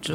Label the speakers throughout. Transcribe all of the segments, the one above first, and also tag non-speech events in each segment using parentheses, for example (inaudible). Speaker 1: 这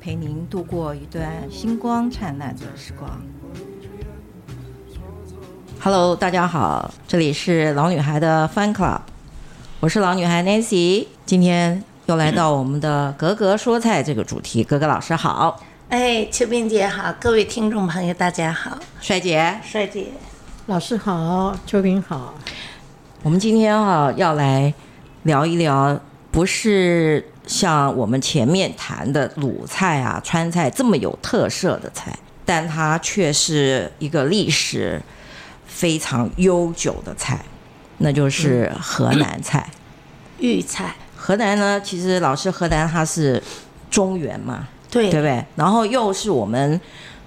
Speaker 2: 陪您度过一段星光灿烂的时光。Hello，大家好，这里是老女孩的 Fun Club，我是老女孩 Nancy，今天又来到我们的“格格说菜”这个主题。格格老师好，
Speaker 3: 哎，秋冰姐好，各位听众朋友大家好，
Speaker 2: 帅姐，
Speaker 3: 帅姐，
Speaker 4: 老师好，秋萍好。
Speaker 2: 我们今天啊要来聊一聊，不是像我们前面谈的鲁菜啊、川菜这么有特色的菜，但它却是一个历史非常悠久的菜，那就是河南菜。
Speaker 3: 玉菜，
Speaker 2: 河南呢，其实老师河南它是中原嘛，
Speaker 3: 对
Speaker 2: 对不对？然后又是我们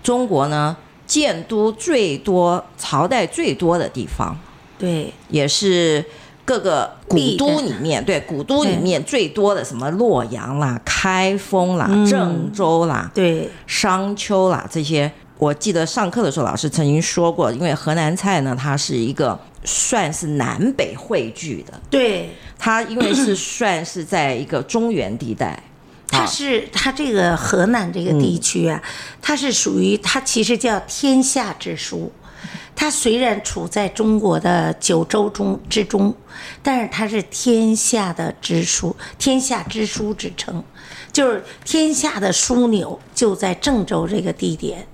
Speaker 2: 中国呢建都最多、朝代最多的地方。
Speaker 3: 对
Speaker 2: 也是各个古都里面，对古都里面最多的什么洛阳啦、开封啦、
Speaker 3: 嗯
Speaker 2: 郑州啦、
Speaker 3: 对
Speaker 2: 商丘啦这些。我记得上课的时候，老师曾经说过，因为河南菜呢，它是一个算是南北汇聚的，
Speaker 3: 对，
Speaker 2: 它因为是算是在一个中原地带，
Speaker 3: 它
Speaker 2: 啊
Speaker 3: 是它这个河南这个地区啊，它是属于它其实叫天下之书。它虽然处在中国的九州中之中，但是它是天下的之书，天下之书之称，就是天下的枢纽就在郑州这个地点。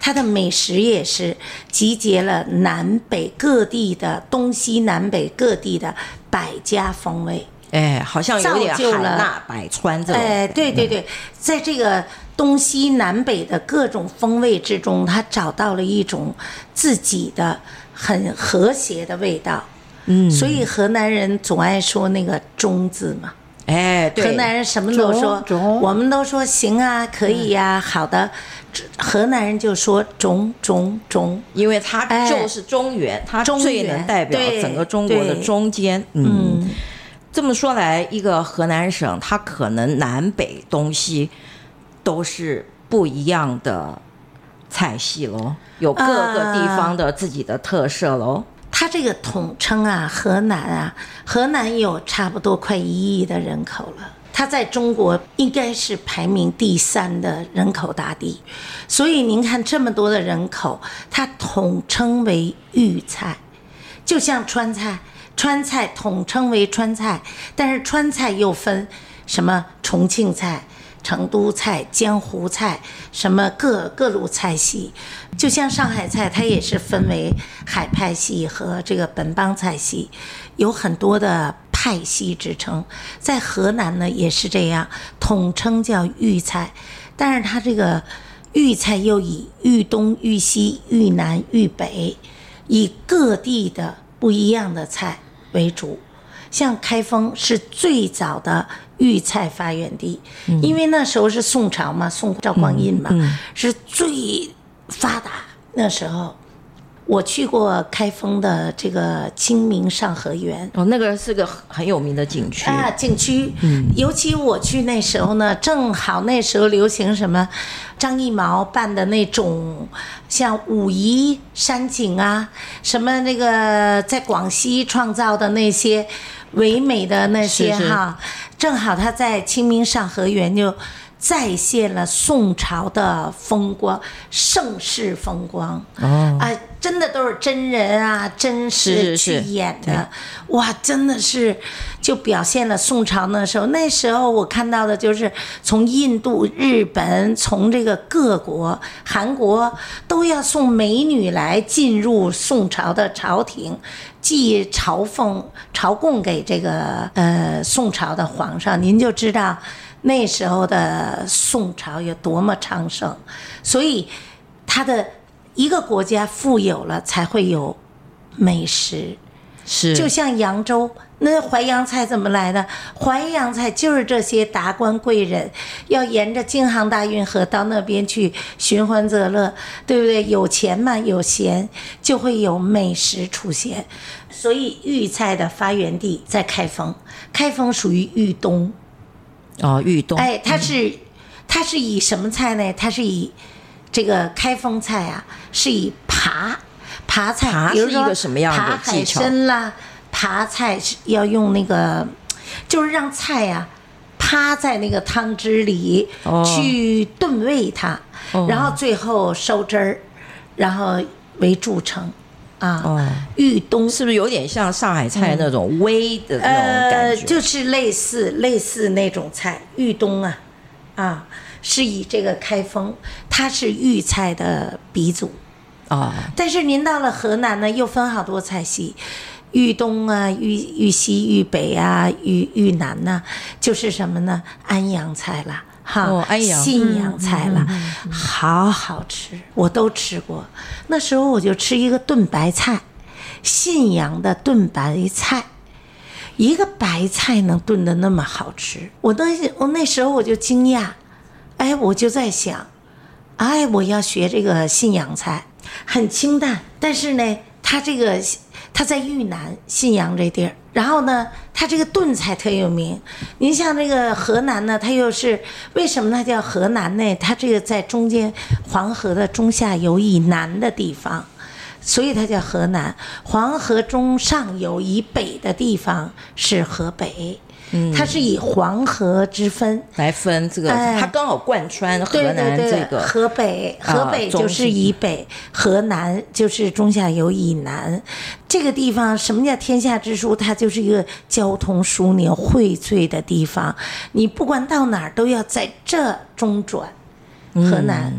Speaker 3: 它的美食也是集结了南北各地的东西南北各地的百家风味。
Speaker 2: 哎，好像有点
Speaker 3: 造就
Speaker 2: 海
Speaker 3: 了
Speaker 2: 纳百川这种，
Speaker 3: 哎，对对对，在这个东西南北的各种风味之中，他找到了一种自己的很和谐的味道。嗯，所以河南人总爱说那个“中”字嘛。
Speaker 2: 哎，对，
Speaker 3: 河南人什么都说
Speaker 4: 中中，
Speaker 3: 我们都说行啊，可以呀、好的。这河南人就说“中中中
Speaker 2: 因为它
Speaker 3: 哎
Speaker 2: 就是中原，它
Speaker 3: 中
Speaker 2: 最
Speaker 3: 原
Speaker 2: 能代表
Speaker 3: 对
Speaker 2: 整个中国的
Speaker 3: 对
Speaker 2: 中间。嗯，这么说来，一个河南省，它可能南北东西都是不一样的菜系喽，有各
Speaker 3: 啊
Speaker 2: 个地方的自己的特色喽。”，
Speaker 3: 它这个统称啊，河南啊，河南有差不多快一亿的人口了。它在中国应该是排名第三的人口大地，所以您看这么多的人口，它统称为豫菜，就像川菜，川菜统称为川菜，但是川菜又分什么重庆菜、成都菜、江湖菜，什么各各路菜系。就像上海菜，它也是分为海派系和这个本帮菜系，有很多的派系之称。在河南呢也是这样，统称叫豫菜，但是它这个豫菜又以豫东、豫西、豫南、豫北，以各地的不一样的菜为主。像开封是最早的豫菜发源地，因为那时候是宋朝嘛，宋赵匡胤嘛，是最发达那时候。我去过开封的这个清明上河园，
Speaker 2: 哦，那个是个很很有名的景区。
Speaker 3: 啊，景区，
Speaker 2: 嗯
Speaker 3: 尤其我去那时候呢，正好那时候流行什么，张艺谋办的那种像武夷山景啊，什么那个在广西创造的那些唯美的那些
Speaker 2: 是是
Speaker 3: 哈，正好他在清明上河园就。再现了宋朝的风光，盛世风光
Speaker 2: 哦，
Speaker 3: 啊，真的都是真人啊，真实
Speaker 2: 是是
Speaker 3: 去
Speaker 2: 是
Speaker 3: 演的，哇，真的是就表现了宋朝那时候。那时候我看到的就是从印度、日本，从这个各国、韩国都要送美女来进入宋朝的朝廷，祭朝奉、朝贡给这个呃宋朝的皇上。您就知道那时候的宋朝有多么昌盛，所以它的。一个国家富有了，才会有美食。
Speaker 2: 是
Speaker 3: 就像扬州那淮扬菜怎么来的？淮扬菜就是这些达官贵人要沿着京杭大运河到那边去寻欢作乐，对不对？有钱嘛，有闲就会有美食出现，所以豫菜的发源地在开封，开封属于豫东，
Speaker 2: 哦，豫东，
Speaker 3: 哎，它是它是以什么菜呢？它是以这个开封菜啊，是以扒扒菜，
Speaker 2: 扒
Speaker 3: 比如
Speaker 2: 是一
Speaker 3: 说
Speaker 2: 个什么样
Speaker 3: 扒
Speaker 2: 的技
Speaker 3: 海
Speaker 2: 巧
Speaker 3: 参啦，扒菜是要用那个，就是让菜呀、趴在那个汤汁里、
Speaker 2: 哦
Speaker 3: 去炖煨它，
Speaker 2: 哦
Speaker 3: 然后最后收汁儿，然后为著成啊。
Speaker 2: 哦
Speaker 3: 豫东
Speaker 2: 是不是有点像上海菜那种微的那种
Speaker 3: 嗯呃，
Speaker 2: 感觉？
Speaker 3: 就是类似类似那种菜，豫东啊，啊，是以这个开封，它是豫菜的鼻祖。
Speaker 2: 哦，
Speaker 3: 但是您到了河南呢，又分好多菜系，豫东啊、豫豫西、豫北啊、豫豫南呐、就是什么呢？安阳菜啦，哈，
Speaker 2: 哦安阳嗯
Speaker 3: 信阳菜啦，好好吃，我都吃过。那时候我就吃一个炖白菜，信阳的炖白菜。一个白菜能炖的那么好吃，我那我那时候我就惊讶，哎，我就在想，哎，我要学这个信阳菜，很清淡，但是呢，它这个它在豫南信阳这地儿，然后呢，它这个炖菜特有名。您像这个河南呢，它又是为什么它叫河南呢？它这个在中间黄河的中下游以南的地方。所以它叫河南。黄河中上游以北的地方是河北，它是以黄河之分，
Speaker 2: 来分这个，
Speaker 3: 哎
Speaker 2: 它刚好贯穿河
Speaker 3: 对
Speaker 2: 南
Speaker 3: 对
Speaker 2: 这
Speaker 3: 对，
Speaker 2: 个。
Speaker 3: 河北，
Speaker 2: 啊
Speaker 3: 河北
Speaker 2: 中
Speaker 3: 就是以北，河南就是中下游以南。这个地方什么叫天下之枢？它就是一个交通枢纽、荟萃的地方。你不管到哪儿，都要在这中转。
Speaker 2: 嗯
Speaker 3: 河南、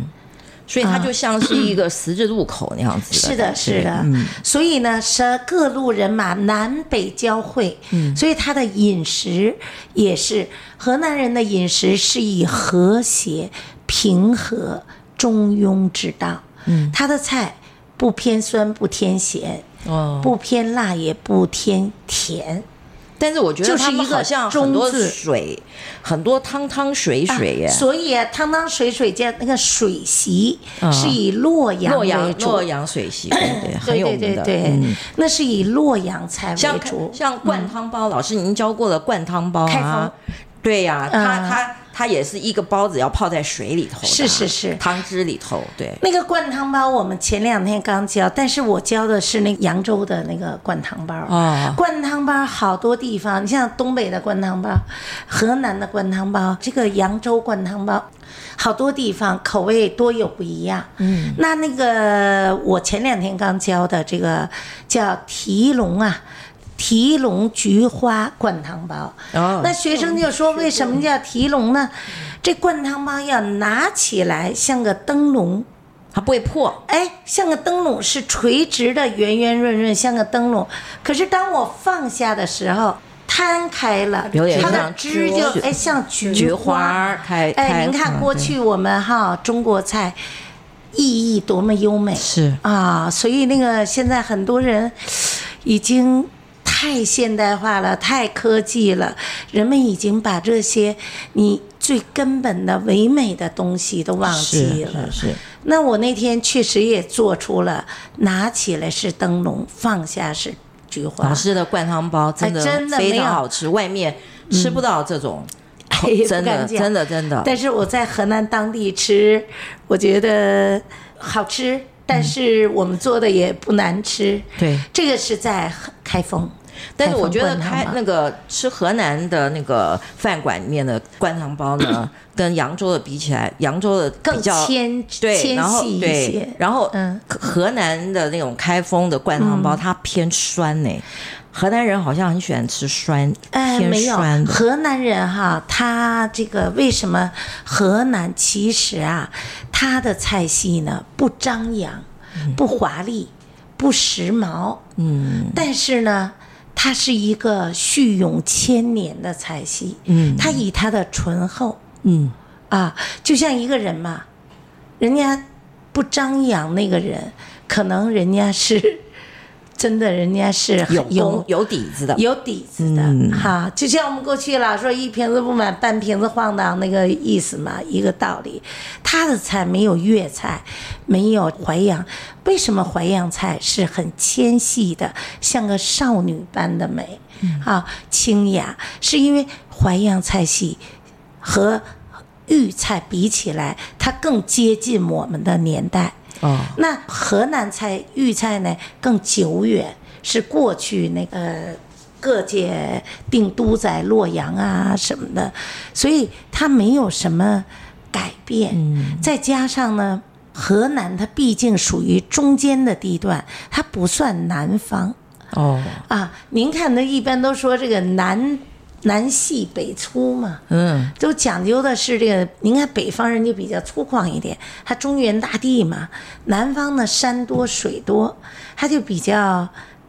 Speaker 2: 所以它就像是一个十字路口那样子
Speaker 3: 啊是
Speaker 2: 的
Speaker 3: 的，
Speaker 2: 感觉，嗯
Speaker 3: 是的，所以呢，是各路人马南北交汇，
Speaker 2: 嗯
Speaker 3: 所以他的饮食也是河南人的饮食是以和谐、平和、中庸之道。嗯，他的菜不偏酸，不偏咸，
Speaker 2: 哦。
Speaker 3: 不偏辣，也不偏甜。
Speaker 2: 但是我觉得
Speaker 3: 就是
Speaker 2: 他们
Speaker 3: 一个
Speaker 2: 好像很多
Speaker 3: 中字
Speaker 2: 水，很多汤汤水水耶。
Speaker 3: 所以啊汤汤水水叫那个水席
Speaker 2: 啊
Speaker 3: 是以洛阳
Speaker 2: 洛
Speaker 3: 为
Speaker 2: 阳
Speaker 3: 主，
Speaker 2: 洛阳水席，对对，很
Speaker 3: 对
Speaker 2: 有
Speaker 3: 对
Speaker 2: 名
Speaker 3: 对
Speaker 2: 的。
Speaker 3: 对，
Speaker 2: 嗯
Speaker 3: 那是以洛阳菜为
Speaker 2: 像
Speaker 3: 主。嗯
Speaker 2: 像灌汤包，老师您教过了灌汤包
Speaker 3: 开
Speaker 2: 啊
Speaker 3: 封，
Speaker 2: 对呀，它
Speaker 3: 嗯
Speaker 2: 它它也是一个包子要泡在水里头的啊，
Speaker 3: 是是是
Speaker 2: 汤汁里头，对。
Speaker 3: 那个灌汤包，我们前两天刚教，但是我教的是那个扬州的那个灌汤包。
Speaker 2: 哦
Speaker 3: 灌汤包好多地方，你像东北的灌汤包、河南的灌汤包，这个扬州灌汤包，好多地方口味多有不一样。嗯，那那个我前两天刚教的这个叫提笼啊。提笼菊花灌汤包，
Speaker 2: 哦
Speaker 3: 那学生就说：“为什么叫提笼呢？这灌汤包要拿起来像个灯笼，
Speaker 2: 它不会破，
Speaker 3: 哎，像个灯笼是垂直的，圆圆润润，像个灯笼。可是当我放下的时候，摊开了，
Speaker 2: 有点
Speaker 3: 它的
Speaker 2: 像
Speaker 3: 枝
Speaker 2: 菊
Speaker 3: 就
Speaker 2: 花
Speaker 3: 哎像菊
Speaker 2: 菊花开开
Speaker 3: 哎，您
Speaker 2: 花
Speaker 3: 看过
Speaker 2: 对
Speaker 3: 去我们哈中国菜意义多么优美，
Speaker 2: 是
Speaker 3: 啊，所以那个现在很多人已经太现代化了，太科技了，人们已经把这些你最根本的唯美的东西都忘记了。
Speaker 2: 是是。
Speaker 3: 那我那天确实也做出了，拿起来是灯笼，放下是菊花
Speaker 2: 老。师的灌汤包真的
Speaker 3: 哎真的
Speaker 2: 非
Speaker 3: 没有
Speaker 2: 常好吃，外面吃不到这种，口
Speaker 3: 哎
Speaker 2: 真
Speaker 3: 不
Speaker 2: 的
Speaker 3: 敢讲
Speaker 2: 真的真的。
Speaker 3: 但是我在河南当地吃，我觉得好吃，
Speaker 2: 嗯
Speaker 3: 但是我们做的也不难吃。
Speaker 2: 对
Speaker 3: 这个是在开封，
Speaker 2: 但是我觉得
Speaker 3: 开封灌汤
Speaker 2: 开
Speaker 3: 包
Speaker 2: 那个吃河南的那个饭馆里面的灌汤
Speaker 3: (clears throat)
Speaker 2: 包呢，跟扬州的比起来，扬州的比
Speaker 3: 更
Speaker 2: 较
Speaker 3: 纤
Speaker 2: 对，
Speaker 3: 纤
Speaker 2: 然后
Speaker 3: 细一
Speaker 2: 对
Speaker 3: 些，。
Speaker 2: 然后
Speaker 3: 嗯
Speaker 2: 河南的那种开封的灌汤包，它偏酸呢。河南人好像很喜欢吃酸，
Speaker 3: 哎，
Speaker 2: 偏
Speaker 3: 没有
Speaker 2: 酸，的。
Speaker 3: 河南人哈，他这个为什么河南其实啊，他的菜系呢不张扬，
Speaker 2: 嗯
Speaker 3: 不华丽，不时髦，嗯，但是呢。它是一个蓄永千年的菜系，嗯，它以它的醇厚，
Speaker 2: 嗯，
Speaker 3: 啊，就像一个人嘛，人家不张扬那个人，可能人家是真的人家是很
Speaker 2: 有
Speaker 3: 有
Speaker 2: 有有底子的，
Speaker 3: 有底子的
Speaker 2: 嗯
Speaker 3: 哈，就像我们过去老说一瓶子不满半瓶子晃荡那个意思嘛，一个道理。他的菜没有粤菜，没有淮扬，为什么淮扬菜是很纤细的，像个少女般的美，
Speaker 2: 嗯
Speaker 3: 啊，清雅，是因为淮扬菜系和豫菜比起来，它更接近我们的年代。
Speaker 2: 哦，
Speaker 3: 那河南菜、豫菜呢更久远，是过去那个呃各界定都在洛阳啊什么的，所以它没有什么改变。再加上呢，河南它毕竟属于中间的地段，它不算南方。
Speaker 2: 哦，
Speaker 3: 啊，您看，那一般都说这个南南细北粗嘛，
Speaker 2: 嗯，
Speaker 3: 都讲究的是这个。您看北方人就比较粗犷一点，它中原大地嘛，南方呢山多水多，它就比较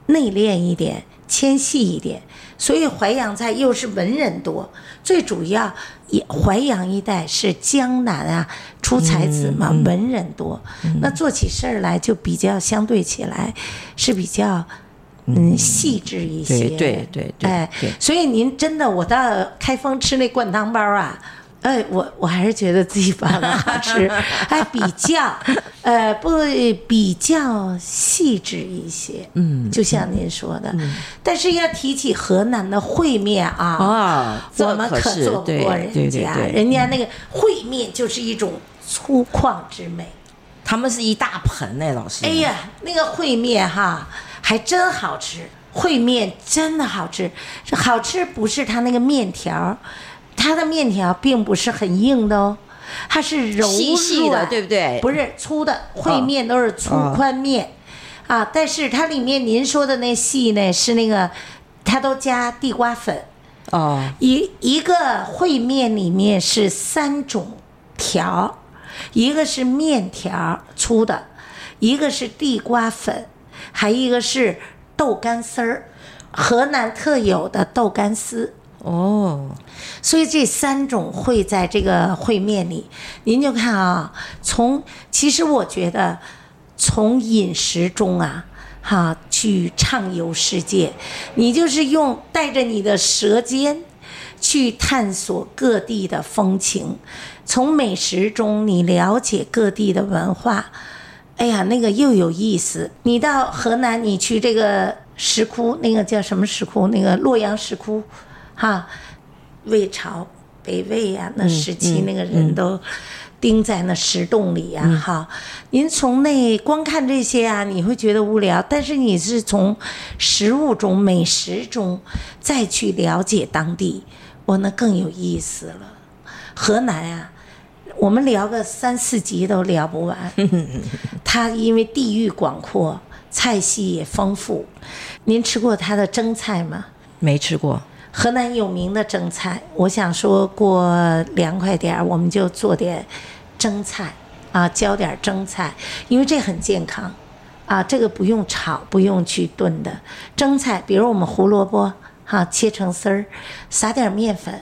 Speaker 3: 内敛一点、纤细一点。所以淮扬菜又是文人多，最主要也淮扬一带是江南啊出才子嘛，
Speaker 2: 嗯
Speaker 3: 文人多，那做起事儿来就比较相对起来是比较。嗯，细致一些。
Speaker 2: 对对对对
Speaker 3: 哎
Speaker 2: 对，
Speaker 3: 所以您真的，我到开封吃那灌汤包啊。哎，我我还是觉得自己包的好
Speaker 2: (laughs)
Speaker 3: 吃，哎，比较，呃，不比较细致一些，嗯，就像您说的，
Speaker 2: 嗯
Speaker 3: 但是要提起河南的烩面啊，
Speaker 2: 啊，
Speaker 3: 我
Speaker 2: 这
Speaker 3: 们
Speaker 2: 可是
Speaker 3: 做不
Speaker 2: 对
Speaker 3: 过
Speaker 2: 对
Speaker 3: 人
Speaker 2: 对
Speaker 3: 家，
Speaker 2: 对，
Speaker 3: 人家那个烩面就是一种粗犷之美，
Speaker 2: 他们是一大盆哎，老师，
Speaker 3: 哎，呀，那个烩面哈，还真好吃，烩面真的好吃。这好吃不是它那个面条儿，它的面条并不是很硬的哦，它是柔软
Speaker 2: 细细的对不对
Speaker 3: 不是粗的，烩面都是粗
Speaker 2: 哦
Speaker 3: 宽面、啊，但是它里面您说的那细呢，是那个它都加地瓜粉，
Speaker 2: 哦，
Speaker 3: 一一个烩面里面是三种条儿，一个是面条儿粗的，一个是地瓜粉，还一个是豆干丝儿，河南特有的豆干丝。
Speaker 2: 哦，
Speaker 3: 所以这三种会在这个烩面里，您就看啊，从其实我觉得从饮食中啊，哈、去畅游世界，你就是用带着你的舌尖去探索各地的风情，从美食中你了解各地的文化。哎呀，那个又有意思。你到河南，你去这个石窟，那个叫什么石窟？那个洛阳石窟，哈、魏朝、北魏呀、那时期那个人都钉在那石洞里呀、哈、您从那光看这些啊，你会觉得无聊，但是你是从食物中、美食中再去了解当地，哇，那更有意思了。河南啊，我们聊个三四集都聊不完。它因为地域广阔，菜系也丰富。您吃过它的蒸菜吗？
Speaker 2: 没吃过，
Speaker 3: 河南有名的蒸菜，我想说过凉快点儿，我们就做点蒸菜啊，浇点蒸菜，因为这很健康啊，这个不用炒，不用去炖的蒸菜，比如我们胡萝卜哈、切成丝儿，撒点面粉，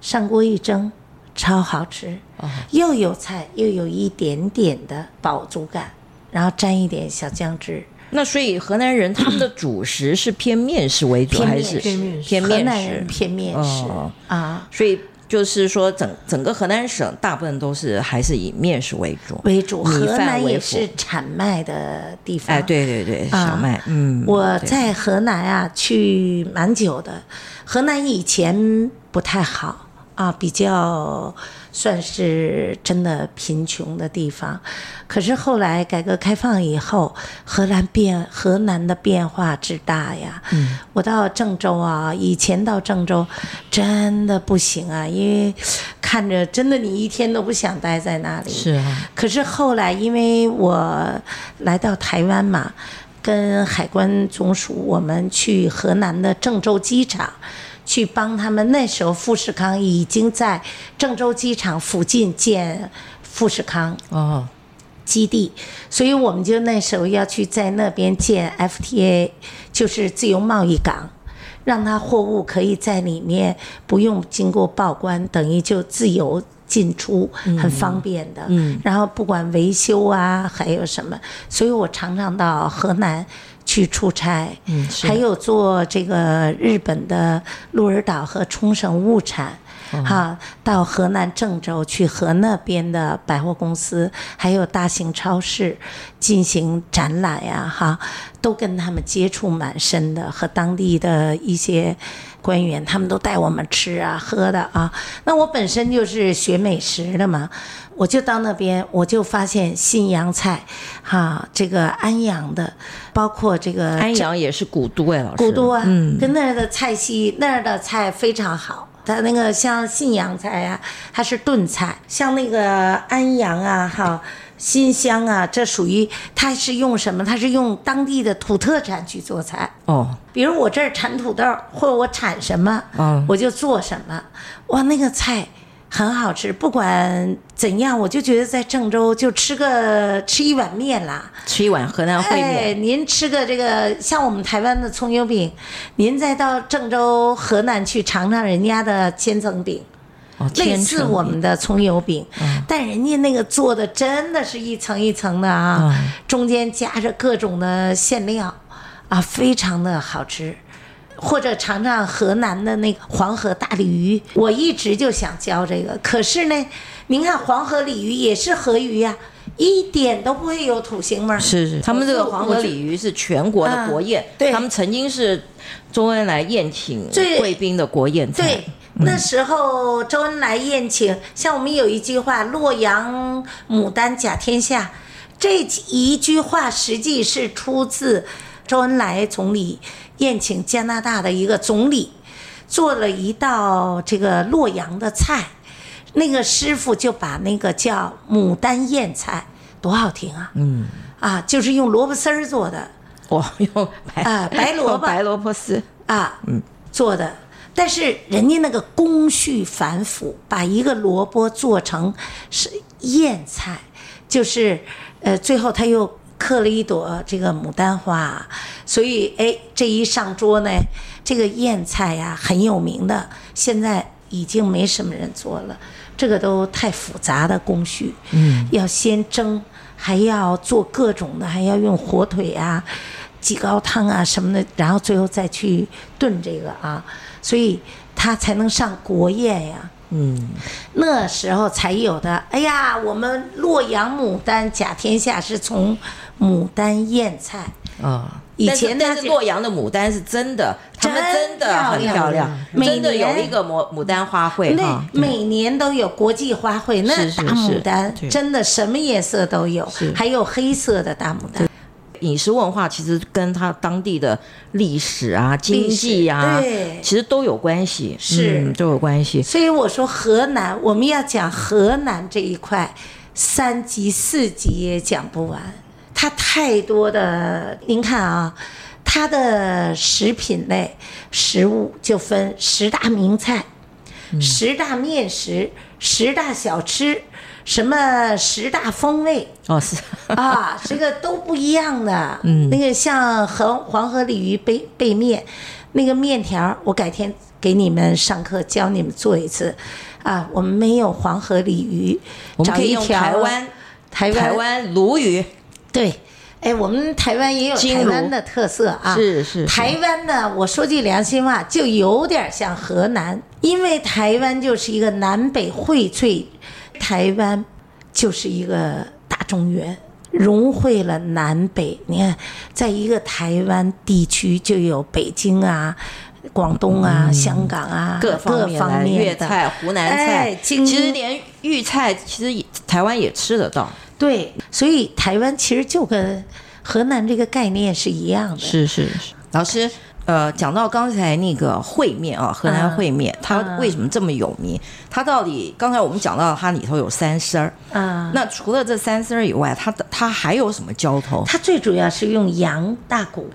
Speaker 3: 上锅一蒸，超好吃，
Speaker 2: 哦
Speaker 3: 又有菜又有一点点的饱足感，然后沾一点小酱汁。
Speaker 2: 那所以河南人他们的主食是偏面食为主，
Speaker 3: 偏
Speaker 2: 还
Speaker 3: 面
Speaker 2: 是
Speaker 3: 食
Speaker 2: 偏
Speaker 3: 河
Speaker 2: 面
Speaker 3: 南
Speaker 2: 食
Speaker 3: 人？偏面食、
Speaker 2: 哦
Speaker 3: 啊
Speaker 2: 所以就是说整，整个河南省大部分都是还是以面食为主，
Speaker 3: 为主，
Speaker 2: 米
Speaker 3: 河
Speaker 2: 饭
Speaker 3: 南
Speaker 2: 为
Speaker 3: 也
Speaker 2: 辅
Speaker 3: 是。产麦的地方。
Speaker 2: 哎，对对对，
Speaker 3: 啊
Speaker 2: 小麦，嗯，
Speaker 3: 我
Speaker 2: 对
Speaker 3: 在河南啊，去蛮久的。河南以前不太好啊，比较算是真的贫穷的地方。可是后来改革开放以后，荷兰变河南的变化之大呀。嗯、我到郑州啊，以前到郑州真的不行啊，因为看着真的你一天都不想待在那里。
Speaker 2: 是啊，
Speaker 3: 可是后来因为我来到台湾嘛，跟海关总署我们去河南的郑州机场。去帮他们，那时候富士康已经在郑州机场附近建富士康
Speaker 2: 哦，
Speaker 3: 基地，所以我们就那时候要去在那边建 FTA，就是自由贸易港，让它货物可以在里面不用经过报关，等于就自由进出，很方便的。
Speaker 2: 嗯
Speaker 3: 然后不管维修啊，还有什么，所以我常常到河南去出差。
Speaker 2: 嗯是
Speaker 3: 还有做这个日本的鹿儿岛和冲绳物产。
Speaker 2: 哦
Speaker 3: 哈、到河南郑州去和那边的百货公司，还有大型超市进行展览呀、哈，都跟他们接触蛮深的，和当地的一些官员，他们都带我们吃啊、喝的啊。那我本身就是学美食的嘛，我就到那边，我就发现信阳菜，哈、这个安阳的，包括这个
Speaker 2: 安阳也是古都哎，老师。
Speaker 3: 古都啊，
Speaker 2: 嗯，
Speaker 3: 跟那儿的菜系，那儿的菜非常好。它那个像信阳菜呀、它是炖菜；像那个安阳啊，哈，新乡啊，这属于它是用什么？它是用当地的土特产去做菜。
Speaker 2: 哦，
Speaker 3: 比如我这儿产土豆，或者我产什么，
Speaker 2: 嗯
Speaker 3: 我就做什么。哇，那个菜很好吃，不管怎样，我就觉得在郑州就吃个吃一碗面啦。
Speaker 2: 吃一碗河南烩啊面。
Speaker 3: 哎，您吃个这个像我们台湾的葱油饼，您再到郑州、河南去尝尝人家的千层饼，
Speaker 2: 哦，
Speaker 3: 类
Speaker 2: 千
Speaker 3: 似
Speaker 2: 层
Speaker 3: 我
Speaker 2: 饼嗯
Speaker 3: 们的葱油饼，但人家那个做的真的是一层一层的啊，
Speaker 2: 嗯
Speaker 3: 中间夹着各种的馅料，啊，非常的好吃。或者尝尝河南的那个黄河大鲤鱼，我一直就想教这个，可是呢，您看黄河鲤鱼也是河鱼呀、一点都不会有土腥味儿。
Speaker 2: 是是，他们这个黄河鲤鱼是全国的国宴，
Speaker 3: 啊对
Speaker 2: 他们曾经是周恩来宴请
Speaker 3: 对
Speaker 2: 贵宾的国宴菜。
Speaker 3: 对，那时候周恩来宴请，像我们有一句话“洛阳牡丹甲天下”，这一句话实际是出自周恩来总理宴请加拿大的一个总理，做了一道这个洛阳的菜，那个师傅就把那个叫牡丹燕菜，多好听啊！
Speaker 2: 嗯，
Speaker 3: 啊，就是用萝卜丝儿做的。
Speaker 2: (laughs) 我用白
Speaker 3: 啊白
Speaker 2: (laughs)
Speaker 3: 萝卜
Speaker 2: 白萝卜丝，
Speaker 3: 啊，做的。但是人家那个工序繁复，把一个萝卜做成是燕菜，就是呃，最后他又刻了一朵这个牡丹花，所以哎，这一上桌呢，这个燕菜呀、很有名的，现在已经没什么人做了，这个都太复杂的工序，嗯，要先蒸，还要做各种的，还要用火腿啊，鸡高汤啊什么的，然后最后再去炖这个啊，所以它才能上国宴呀。
Speaker 2: 嗯，
Speaker 3: 那时候才有的。哎呀，我们洛阳牡丹甲天下是从牡丹燕菜，
Speaker 2: 啊。
Speaker 3: 以
Speaker 2: 但是
Speaker 3: 前
Speaker 2: 但
Speaker 3: 那
Speaker 2: 是
Speaker 3: 些
Speaker 2: 洛阳的牡丹是真的，他们真的很
Speaker 3: 真
Speaker 2: 漂
Speaker 3: 漂
Speaker 2: 亮
Speaker 3: 亮，
Speaker 2: 真的
Speaker 3: 每
Speaker 2: 有
Speaker 3: 年
Speaker 2: 一个牡牡丹花卉
Speaker 3: 那
Speaker 2: 哈。
Speaker 3: 每年都有国际花卉，那
Speaker 2: 啊是是
Speaker 3: 大牡丹
Speaker 2: 是对
Speaker 3: 真的什么颜色都有
Speaker 2: 是，
Speaker 3: 还有黑色的大牡丹。
Speaker 2: 饮食文化其实跟他当地的历史啊、经济啊，
Speaker 3: 对
Speaker 2: 其实都有关系，
Speaker 3: 是
Speaker 2: 嗯都有关系。
Speaker 3: 所以我说河南，我们要讲河南这一块，三级四级也讲不完，它太多的。您看啊，它的食品类食物就分十大名菜、
Speaker 2: 嗯
Speaker 3: 十大面食、十大小吃，什么十大风味。
Speaker 2: 哦，是 (laughs)
Speaker 3: 啊，这个都不一样的。嗯，那个像黄黄河鲤鱼背背面，那个面条儿，我改天给你们上课教你们做一次。啊，我们没有黄河鲤鱼，
Speaker 2: 我们可
Speaker 3: 找
Speaker 2: 以用
Speaker 3: 一条
Speaker 2: 台湾
Speaker 3: 台湾
Speaker 2: 台湾鲈鱼，
Speaker 3: 对。哎，我们台湾也有
Speaker 2: 金
Speaker 3: 台
Speaker 2: 炉
Speaker 3: 湾的特色啊，
Speaker 2: 是是是
Speaker 3: 台湾呢，我说句良心话，就有点像河南，因为台湾就是一个南北荟萃，台湾就是一个大中原，融汇了南北。你看，在一个台湾地区就有北京啊。广东啊，香港啊，
Speaker 2: 嗯各
Speaker 3: 各
Speaker 2: 方面来，
Speaker 3: 面
Speaker 2: 粤
Speaker 3: 的
Speaker 2: 菜、湖南
Speaker 3: 哎
Speaker 2: 菜，
Speaker 3: 京
Speaker 2: 其实连豫菜，其实也台湾也吃得到。
Speaker 3: 对，所以台湾其实就跟河南这个概念是一样的。
Speaker 2: 是是，老师。呃，讲到刚才那个烩面啊，河南烩面，它为什么这么有名？它到底刚才我们讲到它里头有三丝儿，
Speaker 3: 啊，
Speaker 2: 那除了这三丝儿以外，它的它还有什么浇头？
Speaker 3: 它最主要是用羊大骨、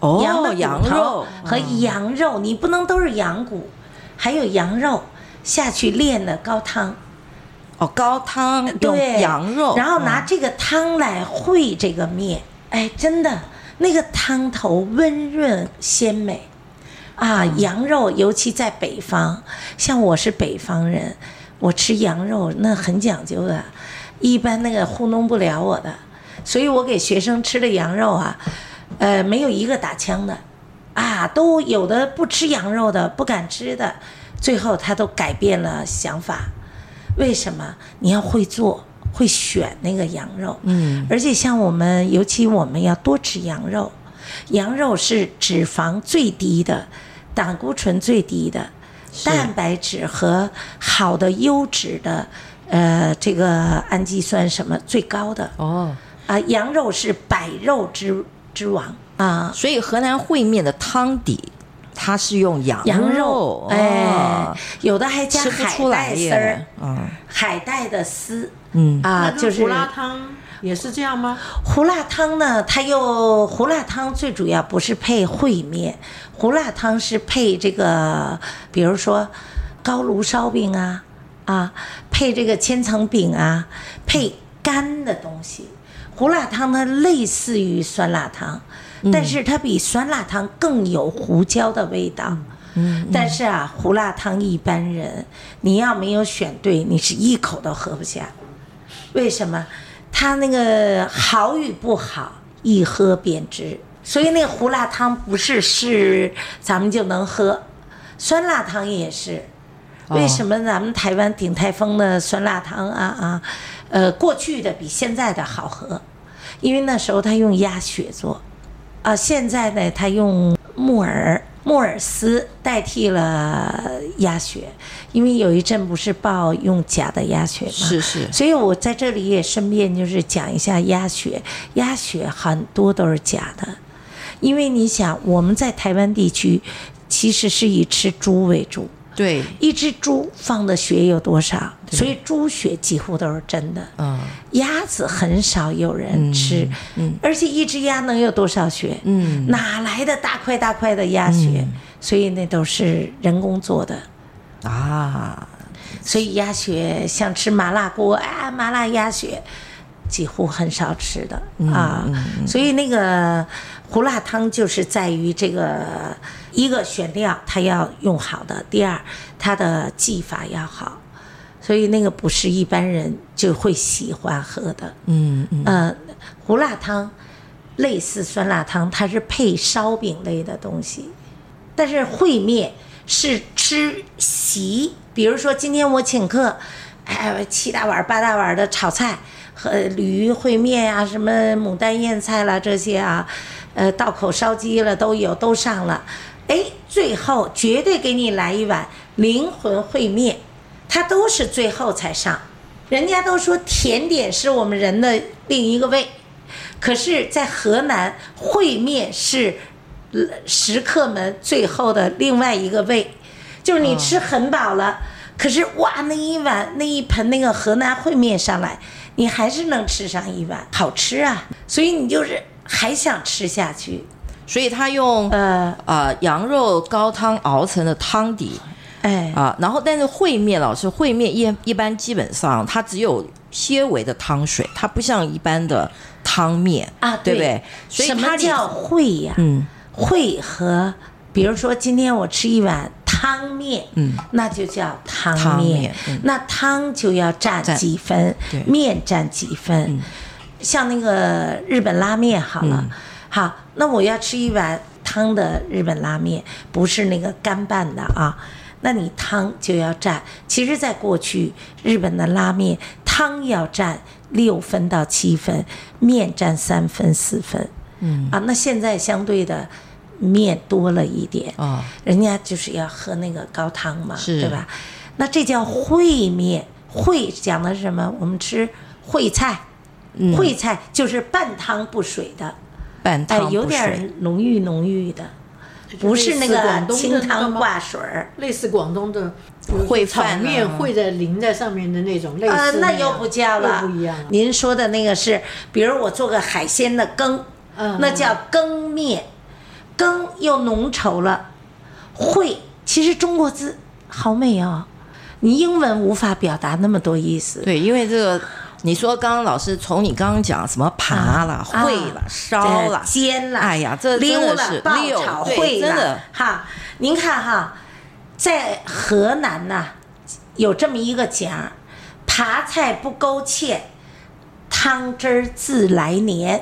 Speaker 2: 哦，
Speaker 3: 羊的
Speaker 2: 羊
Speaker 3: 骨头
Speaker 2: 肉，嗯
Speaker 3: 和羊肉，你不能都是羊骨，还有羊肉下去炼的高汤，
Speaker 2: 哦，高汤用
Speaker 3: 对，
Speaker 2: 羊肉，嗯
Speaker 3: 然后拿这个汤来烩这个面，哎，真的那个汤头温润鲜美。啊，羊肉尤其在北方，像我是北方人，我吃羊肉那很讲究的，一般那个糊弄不了我的，所以我给学生吃的羊肉啊，呃，没有一个打枪的，啊，都有的不吃羊肉的，不敢吃的，最后他都改变了想法。为什么？你要会做，会选那个羊肉，嗯，而且像我们，尤其我们要多吃羊肉，羊肉是脂肪最低的，胆固醇最低的，蛋白质和好的优质的，呃，这个氨基酸什么最高的啊、
Speaker 2: 哦，
Speaker 3: 羊肉是百肉之之王啊，
Speaker 2: 所以河南烩面的汤底，它是用羊
Speaker 3: 羊肉，，
Speaker 2: 肉哦
Speaker 3: 哎，有的还加
Speaker 2: 吃不
Speaker 3: 海
Speaker 2: 出来
Speaker 3: 带丝儿
Speaker 2: 耶，，嗯
Speaker 3: 海带的丝
Speaker 2: 嗯，
Speaker 3: 啊，
Speaker 4: 那
Speaker 3: 就
Speaker 4: 跟
Speaker 3: 是
Speaker 4: 胡辣汤也是这样吗？
Speaker 3: 胡辣汤呢，它又胡辣汤最主要不是配烩面，胡辣汤是配这个，比如说高炉烧饼啊，啊，配这个千层饼啊，配干的东西。胡辣汤它类似于酸辣汤，但是它比酸辣汤更有胡椒的味道。但是啊，胡辣汤一般人，你要没有选对，你是一口都喝不下。为什么？它那个好与不好，一喝便知。所以那个胡辣汤不是是咱们就能喝，酸辣汤也是。为什么咱们台湾鼎泰丰的酸辣汤啊啊，呃，过去的比现在的好喝，因为那时候他用鸭血做，啊，现在呢，他用木耳木耳丝代替了鸭血，因为有一阵不是报用假的鸭血吗？
Speaker 2: 是是
Speaker 3: 所以我在这里也顺便就是讲一下鸭血，鸭血很多都是假的，因为你想我们在台湾地区其实是以吃猪为主，
Speaker 2: 对，
Speaker 3: 一只猪放的血有多少，所以猪血几乎都是真的。
Speaker 2: 嗯
Speaker 3: 鸭子很少有人吃，而且一只鸭能有多少血？
Speaker 2: 嗯，
Speaker 3: 哪来的大块大块的鸭血？所以那都是人工做的。
Speaker 2: 啊，
Speaker 3: 所以鸭血像吃麻辣锅啊，麻辣鸭血几乎很少吃的、
Speaker 2: 嗯
Speaker 3: 啊。所以那个胡辣汤就是在于这个一个选料它要用好的，第二它的技法要好，所以那个不是一般人就会喜欢喝的。
Speaker 2: 嗯嗯，
Speaker 3: 呃，胡辣汤类似酸辣汤，它是配烧饼类的东西，但是烩面是吃席，比如说今天我请客，哎，七大碗儿八大碗儿的炒菜和鲤鱼烩面啊，什么牡丹燕菜啦这些啊，呃，道口烧鸡了都有都上了，哎，最后绝对给你来一碗灵魂烩面，它都是最后才上。人家都说甜点是我们人的另一个胃，可是，在河南烩面是呃食客们最后的另外一个胃，就是你吃很饱了，可是哇，那一碗那一盆那个河南烩面上来，你还是能吃上一碗，好吃啊！所以你就是还想吃下去，
Speaker 2: 所以他用
Speaker 3: 呃，
Speaker 2: 呃羊肉高汤熬成的汤底
Speaker 3: 哎，
Speaker 2: 啊，然后但是烩面老师烩面一一般基本上它只有些微的汤水，它不像一般的汤面
Speaker 3: 啊
Speaker 2: 对不
Speaker 3: 对
Speaker 2: 对？所以
Speaker 3: 什么
Speaker 2: 它里
Speaker 3: 叫烩呀、
Speaker 2: 嗯
Speaker 3: 会和，比如说今天我吃一碗汤面，嗯，那就叫汤面，
Speaker 2: 汤面嗯
Speaker 3: 那汤就要占
Speaker 2: 占
Speaker 3: 几分
Speaker 2: 对，嗯
Speaker 3: 面占几分。像那个日本拉面好了，好，那我要吃一碗汤的日本拉面，不是那个干拌的啊。那你汤就要占，其实，在过去日本的拉面汤要占六分到七分，面占三分四分。啊，那现在相对的面多了一点，
Speaker 2: 哦
Speaker 3: 人家就是要喝那个高汤嘛，
Speaker 2: 是
Speaker 3: 对吧？那这叫烩面，烩讲的是什么？我们吃烩菜，
Speaker 2: 嗯
Speaker 3: 烩菜就是半汤不水的，
Speaker 2: 半
Speaker 3: 哎
Speaker 2: 汤，
Speaker 3: 有
Speaker 2: 不
Speaker 3: 点
Speaker 2: 水
Speaker 3: 儿浓郁浓郁的，不是那
Speaker 4: 类似广
Speaker 3: 个
Speaker 4: 东的
Speaker 3: 清
Speaker 4: 那个
Speaker 3: 汤
Speaker 4: 吗
Speaker 3: 挂水儿。
Speaker 4: 类似广东的
Speaker 2: 烩
Speaker 4: 炒
Speaker 2: 饭啊
Speaker 4: 面烩的淋在上面的那种，类似
Speaker 3: 呃，那
Speaker 4: 样
Speaker 3: 又不叫了，
Speaker 4: 又不一样了。
Speaker 3: 您说的那个是，比如我做个海鲜的羹，
Speaker 4: 嗯
Speaker 3: 那叫羹面，羹又浓稠了。会，其实中国字好美哦，你英文无法表达那么多意思。
Speaker 2: 对，因为这个你说刚刚老师从你刚刚讲什么扒啦、
Speaker 3: 啊
Speaker 2: 烩啦、烧啦
Speaker 3: 对、煎啦，
Speaker 2: 哎呀这真的
Speaker 3: 溜
Speaker 2: 是
Speaker 3: 了、爆
Speaker 2: 溜
Speaker 3: 炒
Speaker 2: 对
Speaker 3: 烩
Speaker 2: 真
Speaker 3: 啦
Speaker 2: 的
Speaker 3: 哈。您看哈，在河南呐、有这么一个讲儿：扒菜不勾芡，汤汁儿自来粘。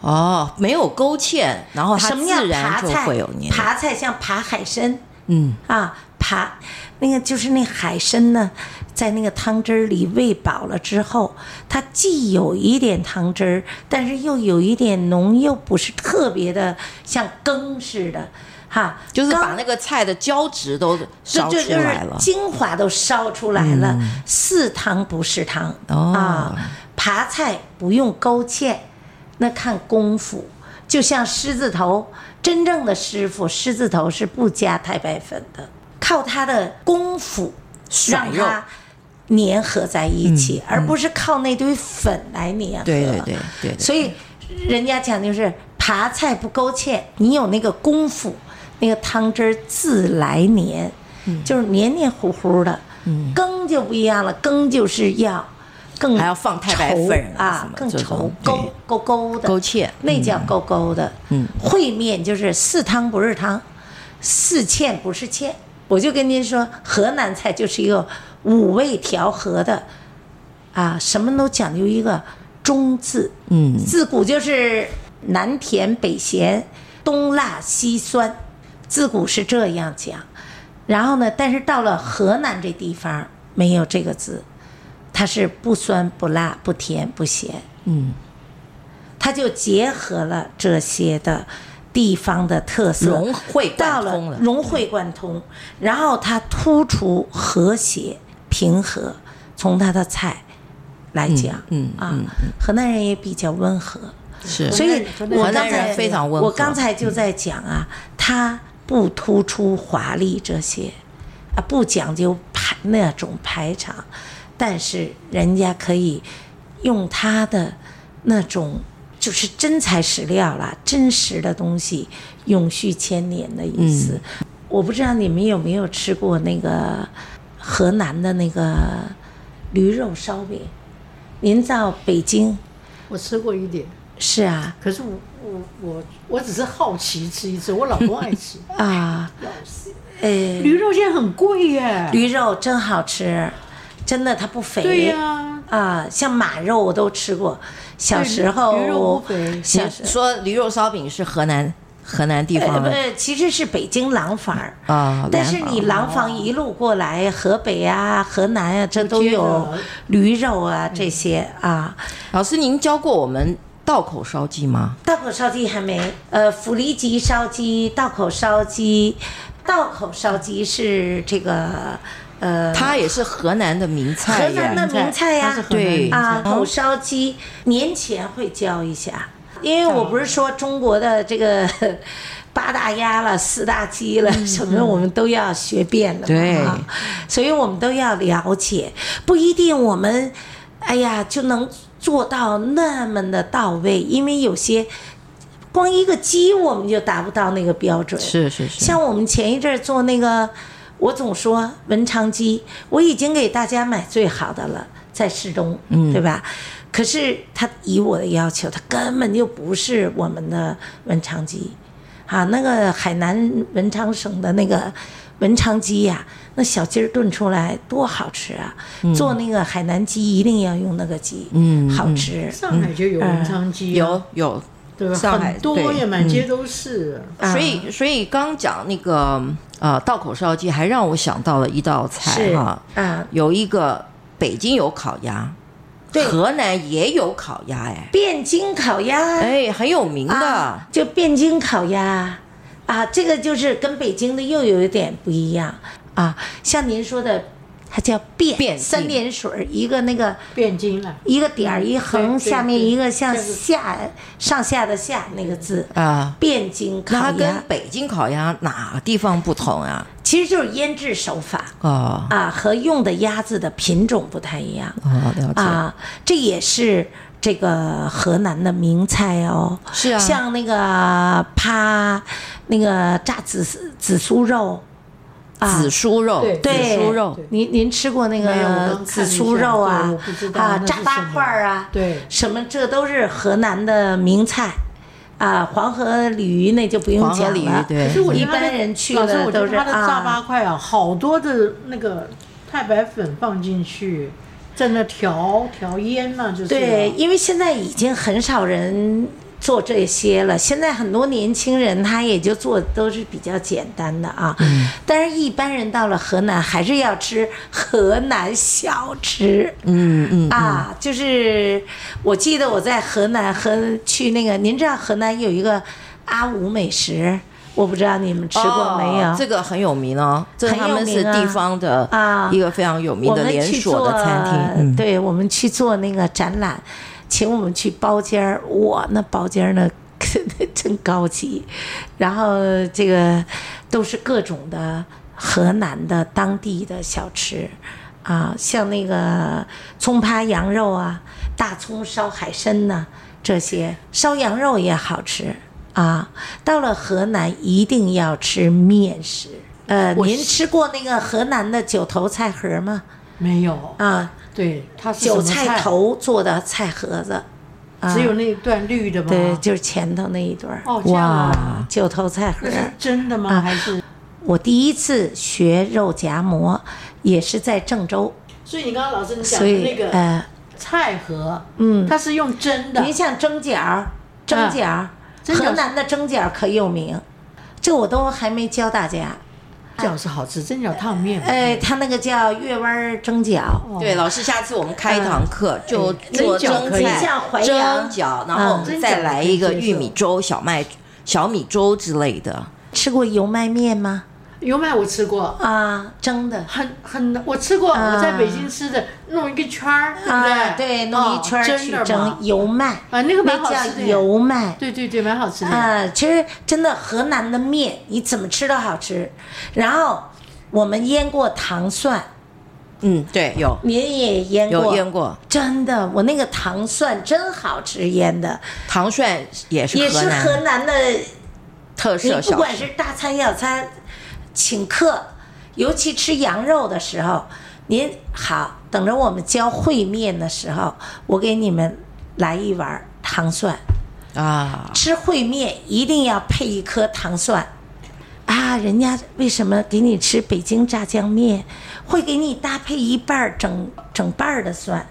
Speaker 2: 哦，没有勾芡，然后它
Speaker 3: 什么叫
Speaker 2: 自然
Speaker 3: 扒
Speaker 2: 就
Speaker 3: 菜
Speaker 2: 会有黏。
Speaker 3: 扒菜像扒海参
Speaker 2: 嗯，
Speaker 3: 啊，扒那个就是那海参呢，在那个汤汁儿里喂饱了之后，它既有一点汤汁儿，但是又有一点浓，又不是特别的像羹似的，哈、
Speaker 2: 就是
Speaker 3: 羹
Speaker 2: 把那个菜的胶质都烧出
Speaker 3: 就就就是
Speaker 2: 来了。嗯
Speaker 3: 精华都烧出来了，是汤不是汤、
Speaker 2: 哦
Speaker 3: 啊。扒菜不用勾芡，那看功夫。就像狮子头，真正的师傅狮子头是不加太白粉的，靠他的功夫
Speaker 2: 甩
Speaker 3: 让
Speaker 2: 肉嗯
Speaker 3: 它粘合在一起，而不是靠那堆粉来粘合。
Speaker 2: 对对对对对
Speaker 3: 所以人家讲就是扒菜不勾芡，你有那个功夫，那个汤汁儿自来粘，
Speaker 2: 嗯
Speaker 3: 就是黏黏糊糊的。羹就不一样了，羹就是要更
Speaker 2: 还要放太白
Speaker 3: 稠
Speaker 2: 粉啊什
Speaker 3: 啊
Speaker 2: 么，
Speaker 3: 更
Speaker 2: 这
Speaker 3: 稠
Speaker 2: 种
Speaker 3: 勾勾勾的
Speaker 2: 勾芡
Speaker 3: 那叫勾勾的。嗯，烩面就是是汤不是汤，是芡不是芡。我就跟您说，河南菜就是一个五味调和的，啊，什么都讲究一个中字。
Speaker 2: 嗯
Speaker 3: 自古就是南甜北咸，东辣西酸，自古是这样讲。然后呢，但是到了河南这地方没有这个字，它是不酸不辣不甜不咸。
Speaker 2: 嗯，
Speaker 3: 它就结合了这些的地方的特色，
Speaker 2: 融会
Speaker 3: 到
Speaker 2: 贯
Speaker 3: 了
Speaker 2: 通了。
Speaker 3: 融会贯通，然后它突出和谐平和，从它的菜来讲，
Speaker 2: 嗯嗯
Speaker 3: 啊，河南人也比较温和，
Speaker 2: 是
Speaker 3: 所以
Speaker 4: 河南
Speaker 3: 我
Speaker 2: 河南
Speaker 3: 刚才
Speaker 2: 人非常温和
Speaker 3: 我刚才就在讲啊，他不突出华丽这些，啊，不讲究排那种排场，但是人家可以用他的那种就是真材实料啦，真实的东西，永续千年的意思。
Speaker 2: 嗯
Speaker 3: 我不知道你们有没有吃过那个河南的那个驴肉烧饼，您到北京
Speaker 4: 我吃过一点，
Speaker 3: 是啊。
Speaker 4: 可是我我我我只是好奇吃一次，我老公爱
Speaker 3: (laughs)
Speaker 4: 吃。
Speaker 3: 啊，呃，
Speaker 4: 驴肉现在很贵耶，
Speaker 3: 驴肉真好吃，真的它不肥。
Speaker 4: 对呀、
Speaker 3: 啊像马肉我都吃过，小
Speaker 4: 对
Speaker 3: 时候
Speaker 4: 驴肉不肥
Speaker 3: 小时
Speaker 2: 你说驴肉烧饼是河南河南地
Speaker 3: 呃
Speaker 2: 方
Speaker 3: 不
Speaker 2: 的
Speaker 3: 是，其实是北京廊坊儿
Speaker 2: 啊
Speaker 3: 但是
Speaker 2: 廊坊
Speaker 3: 你廊坊一路过来，河北啊、河南啊，这都
Speaker 4: 接
Speaker 3: 有
Speaker 4: 着
Speaker 3: 驴肉啊这些啊。
Speaker 2: 老师，您教过我们道口烧鸡吗？
Speaker 3: 道口烧鸡还没，呃，府里脊烧鸡、道口烧鸡，道口烧鸡是这个呃，
Speaker 2: 它也是河南的名菜
Speaker 3: 河
Speaker 2: 耶，
Speaker 3: 南的名菜呀、
Speaker 4: 它是河南
Speaker 2: 对
Speaker 4: 名菜
Speaker 3: 啊，红烧鸡年前会教一下，因为我不是说中国的这个 (laughs) 八大鸭了、四大鸡了，什么我们都要学遍了嘛，
Speaker 2: 嗯对
Speaker 3: 啊所以我们都要了解，不一定我们，哎呀就能做到那么的到位，因为有些光一个鸡我们就达不到那个标准，
Speaker 2: 是是是，
Speaker 3: 像我们前一阵儿做那个，我总说文昌鸡，我已经给大家买最好的了，在市中，嗯，对吧？可是他以我的要求，他根本就不是我们的文昌鸡，啊，那个海南文昌省的那个文昌鸡呀、那小鸡儿炖出来多好吃啊！做那个海南鸡一定要用那个鸡，
Speaker 2: 嗯
Speaker 3: 好吃。
Speaker 4: 上海就有文昌鸡、
Speaker 3: 嗯
Speaker 4: 啊
Speaker 2: 有有，
Speaker 4: 对吧？
Speaker 2: 上海
Speaker 4: 很多
Speaker 2: 对
Speaker 4: 也满街都是。
Speaker 3: 啊
Speaker 2: 所以所以刚讲那个呃道口烧鸡，还让我想到了一道菜
Speaker 3: 是
Speaker 2: 哈，
Speaker 3: 啊，
Speaker 2: 有一个北京有烤鸭，
Speaker 3: 对
Speaker 2: 河南也有烤鸭，哎
Speaker 3: 汴京烤鸭，
Speaker 2: 哎，很有名的
Speaker 3: 啊，，就汴京烤鸭啊，这个就是跟北京的又有一点不一样啊。像您说的，它叫汴，
Speaker 2: 汴
Speaker 3: 三
Speaker 2: 京
Speaker 3: 点水儿一个那个
Speaker 4: 汴京啊了，
Speaker 3: 一个点儿一横，
Speaker 4: 对对
Speaker 3: 下面
Speaker 4: 对
Speaker 3: 一个像
Speaker 4: 这个
Speaker 3: 下上下的下那个字。
Speaker 2: 啊。
Speaker 3: 汴京
Speaker 2: 那它
Speaker 3: 烤
Speaker 2: 跟
Speaker 3: 鸭
Speaker 2: 北京烤鸭哪个地方不同啊？
Speaker 3: 其实就是腌制手法
Speaker 2: 哦
Speaker 3: 啊，和用的鸭子的品种不太一样
Speaker 2: 哦，了解。
Speaker 3: 啊，这也是这个河南的名菜哦。
Speaker 2: 是啊，
Speaker 3: 像那个扒那个炸紫丝紫苏肉，啊
Speaker 2: 紫，苏肉，
Speaker 4: 对
Speaker 2: 紫
Speaker 3: 对
Speaker 2: 苏肉，
Speaker 3: 您您吃过那
Speaker 4: 没有我
Speaker 3: 个
Speaker 4: 刚看了一下
Speaker 3: 紫苏肉
Speaker 4: 对
Speaker 3: 啊
Speaker 4: 我不知？道
Speaker 3: 啊，
Speaker 4: 那是
Speaker 3: 炸八块儿啊，
Speaker 4: 什么对
Speaker 3: 什么这都是河南的名菜啊。黄河鲤鱼那就不用
Speaker 2: 黄河
Speaker 3: 讲
Speaker 2: 鲤鱼
Speaker 3: 了，
Speaker 2: 对
Speaker 4: 可是我觉
Speaker 3: 一
Speaker 4: 得他的
Speaker 3: 般人去
Speaker 4: 老师
Speaker 3: 的
Speaker 4: 我觉
Speaker 3: 都啊
Speaker 4: 得
Speaker 3: 是
Speaker 4: 他的炸
Speaker 3: 啊
Speaker 4: 八块啊，好多的那个太白粉放进去，在那调调腌呐、就是了
Speaker 3: 对，因为现在已经很少人做这些了，现在很多年轻人他也就做都是比较简单的啊。
Speaker 2: 嗯
Speaker 3: 但是，一般人到了河南还是要吃河南小吃。
Speaker 2: 嗯嗯，
Speaker 3: 啊，就是我记得我在河南和去那个，您知道河南有一个阿五美食，我不知道你们吃过没有？
Speaker 2: 哦这个很有名哦，这
Speaker 3: 很有
Speaker 2: 他们是
Speaker 3: 名啊
Speaker 2: 地方的
Speaker 3: 啊
Speaker 2: 一个非常有名
Speaker 3: 我
Speaker 2: 的
Speaker 3: 们
Speaker 2: 连
Speaker 3: 去
Speaker 2: 锁
Speaker 3: 做，
Speaker 2: 的餐厅。嗯
Speaker 3: 对，我们去做那个展览，请我们去包间儿，哇，那包间儿呢？ (laughs) 真高级，然后这个都是各种的河南的当地的小吃，啊，像那个葱扒羊肉啊，大葱烧海参呐、这些烧羊肉也好吃啊。到了河南一定要吃面食，呃，
Speaker 4: 我
Speaker 3: 您
Speaker 4: 是
Speaker 3: 吃过那个河南的九头菜盒吗？
Speaker 4: 没有，
Speaker 3: 啊，
Speaker 4: 对，它是什
Speaker 3: 韭
Speaker 4: 么
Speaker 3: 菜
Speaker 4: 菜，
Speaker 3: 头做的菜盒子，啊
Speaker 4: 只有那一段绿的吗？
Speaker 3: 对，就是前头那一段儿，
Speaker 4: 哦，这样啊，
Speaker 3: 九头菜盒
Speaker 4: 那
Speaker 3: 儿。
Speaker 4: 是真的吗？
Speaker 3: 啊
Speaker 4: 还是？
Speaker 3: 我第一次学肉夹馍，也是在郑州，
Speaker 4: 所以你刚刚老师你讲
Speaker 3: 所
Speaker 4: 的
Speaker 3: 以
Speaker 4: 那个
Speaker 3: 呃，
Speaker 4: 菜盒，
Speaker 3: 嗯
Speaker 4: 它是用蒸的
Speaker 3: 您，像蒸饺
Speaker 4: 啊
Speaker 3: 儿，蒸饺儿，
Speaker 4: 蒸饺
Speaker 3: 河
Speaker 4: 是
Speaker 3: 南的蒸饺儿可有名，这我都还没教大家。
Speaker 4: 饺是好吃，蒸饺烫面嘛。
Speaker 3: 哎，他那个叫月湾儿蒸饺，
Speaker 2: 对，老师，下次我们开一堂课，就
Speaker 3: 嗯
Speaker 2: 做
Speaker 4: 蒸饺
Speaker 2: 蒸
Speaker 4: 可以
Speaker 3: 像
Speaker 2: 菜、
Speaker 3: 淮
Speaker 2: 蒸
Speaker 3: 扬
Speaker 2: 饺，然后我们
Speaker 4: 嗯
Speaker 2: 再来一个
Speaker 4: 蒸饺可以
Speaker 2: 玉
Speaker 4: 接受
Speaker 2: 米粥、小麦、小米粥之类的。
Speaker 3: 吃过油麦面吗？
Speaker 4: 油麦我吃过，
Speaker 3: 啊，蒸的。
Speaker 4: 很很，我吃过，
Speaker 3: 啊
Speaker 4: 我在北京吃的，弄一个圈儿，对不
Speaker 3: 啊，
Speaker 4: 对？
Speaker 3: 对，弄一
Speaker 4: 哦
Speaker 3: 圈儿去
Speaker 4: 蒸的嘛
Speaker 3: 蒸。油麦，
Speaker 4: 啊那个蛮好
Speaker 3: 叫
Speaker 4: 吃的呀
Speaker 3: 油麦，
Speaker 4: 对对对，蛮好吃的。
Speaker 3: 啊，其实真的河南的面你怎么吃都好吃。然后我们腌过糖蒜，
Speaker 2: 嗯，对，有
Speaker 3: 您也腌过？
Speaker 2: 有腌过
Speaker 3: 真的，我那个糖蒜真好吃，腌的
Speaker 2: 糖蒜，也是
Speaker 3: 也
Speaker 2: 河
Speaker 3: 是河南
Speaker 2: 南
Speaker 3: 的。
Speaker 2: 特
Speaker 3: 你
Speaker 2: 色
Speaker 3: 不
Speaker 2: 小
Speaker 3: 管
Speaker 2: 吃。
Speaker 3: 是大餐小餐，请客，尤其吃羊肉的时候，您好，等着我们教烩面的时候，我给你们来一碗糖蒜。
Speaker 2: 啊，
Speaker 3: 吃烩面一定要配一颗糖蒜。啊，人家为什么给你吃北京炸酱面，会给你搭配一半儿整整瓣儿的蒜？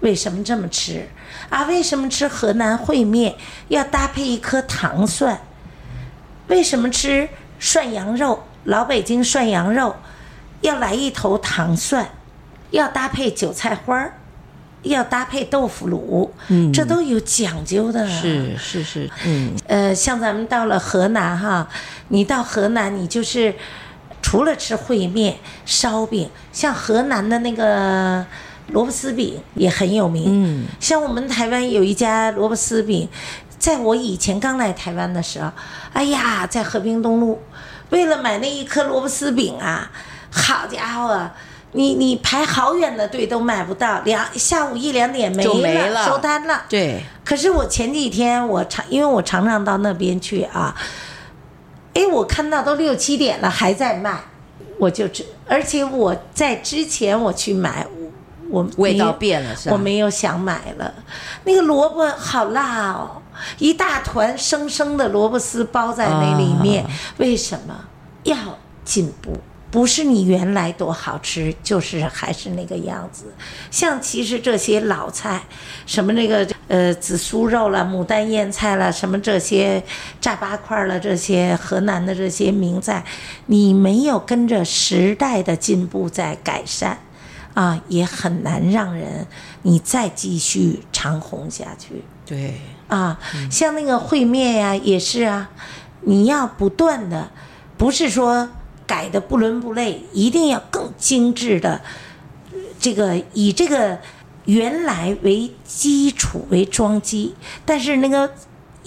Speaker 3: 为什么这么吃？啊，为什么吃河南烩面要搭配一颗糖蒜？为什么吃涮羊肉，老北京涮羊肉要来一头糖蒜，要搭配韭菜花儿，要搭配豆腐乳，嗯，这都有讲究的。
Speaker 2: 是是是，嗯，
Speaker 3: 呃，像咱们到了河南哈，你到河南，你就是除了吃烩面、烧饼，像河南的那个萝卜丝饼也很有名。嗯，像我们台湾有一家萝卜丝饼，在我以前刚来台湾的时候，哎呀，在和平东路，为了买那一颗萝卜丝饼啊，好家伙！你你排好远的队都买不到，两下午一两点没
Speaker 2: 就没了
Speaker 3: 收摊了。
Speaker 2: 对，
Speaker 3: 可是我前几天我常，因为我常常到那边去啊，哎，我看到都六七点了还在卖，我就知，而且我在之前我去买，我我
Speaker 2: 味
Speaker 3: 没
Speaker 2: 道
Speaker 3: 有
Speaker 2: 变了是吧
Speaker 3: 我没有想买了。那个萝卜好辣哦，一大团生生的萝卜丝包在那里面，
Speaker 2: 啊
Speaker 3: 为什么要进步？不是你原来多好吃，就是还是那个样子。像其实这些老菜，什么那个呃紫苏肉了、牡丹燕菜了，什么这些炸八块了，这些河南的这些名菜，你没有跟着时代的进步在改善，啊，也很难让人你再继续长红下去
Speaker 2: 对，
Speaker 3: 啊。像那个烩面呀、也是啊，你要不断的，不是说改的不伦不类，一定要更精致的，呃这个以这个原来为基础为装机，但是那个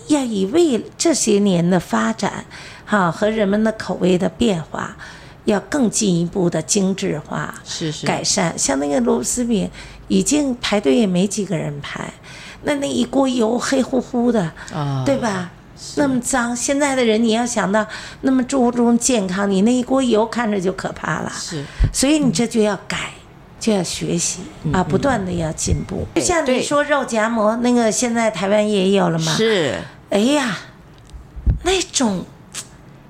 Speaker 3: 要以为这些年的发展，哈、和人们的口味的变化。要更进一步的精致化，
Speaker 2: 是是
Speaker 3: 改善。像那个螺丝饼，已经排队也没几个人排，那那一锅油黑乎乎的，
Speaker 2: 啊
Speaker 3: 对吧？那么脏，现在的人你要想到那么注重健康，你那一锅油看着就可怕了。
Speaker 2: 是。
Speaker 3: 所以你这就要改，就要学习啊，不断的要进步。就像你
Speaker 2: 嗯对
Speaker 3: 说肉夹馍，那个现在台湾也有了嘛？
Speaker 2: 是
Speaker 3: 哎哎呀，那种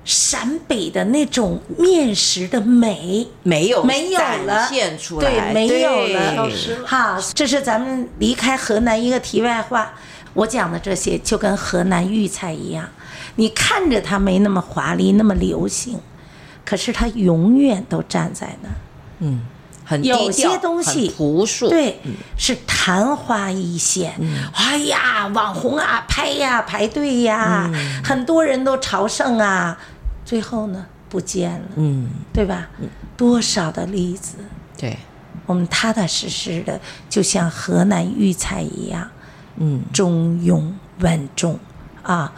Speaker 3: 陕北的那种面食的美。
Speaker 2: 没有
Speaker 3: 没有了
Speaker 2: 展，现出
Speaker 3: 对，
Speaker 2: 来，
Speaker 3: 没有
Speaker 4: 消
Speaker 3: 了
Speaker 4: 失了。
Speaker 3: 好，这是咱们离开河南一个题外话。我讲的这些就跟河南豫菜一样，你看着它没那么华丽，那么流行，可是它永远都站在那儿。
Speaker 2: 很低调
Speaker 3: 有些东西
Speaker 2: 很朴素，
Speaker 3: 对，是昙花一现。哎呀，网红啊，拍呀、排队呀、很多人都朝圣啊，最后呢不见了，
Speaker 2: 嗯，
Speaker 3: 对吧？多少的例子，
Speaker 2: 对，
Speaker 3: 我们踏踏实实的，就像河南豫菜一样，
Speaker 2: 嗯，
Speaker 3: 中庸稳重啊，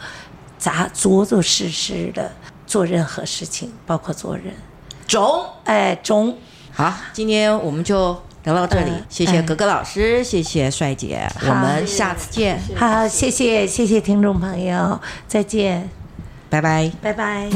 Speaker 3: 咱着着实实的做任何事情，包括做人。
Speaker 2: 中。
Speaker 3: 哎，中
Speaker 2: 好，今天我们就聊到这里，
Speaker 3: 嗯
Speaker 2: 谢谢格格老师，谢谢帅姐，我们下次见，
Speaker 3: 好，谢谢谢谢听众朋友，再见，
Speaker 2: 拜拜。
Speaker 3: 拜拜。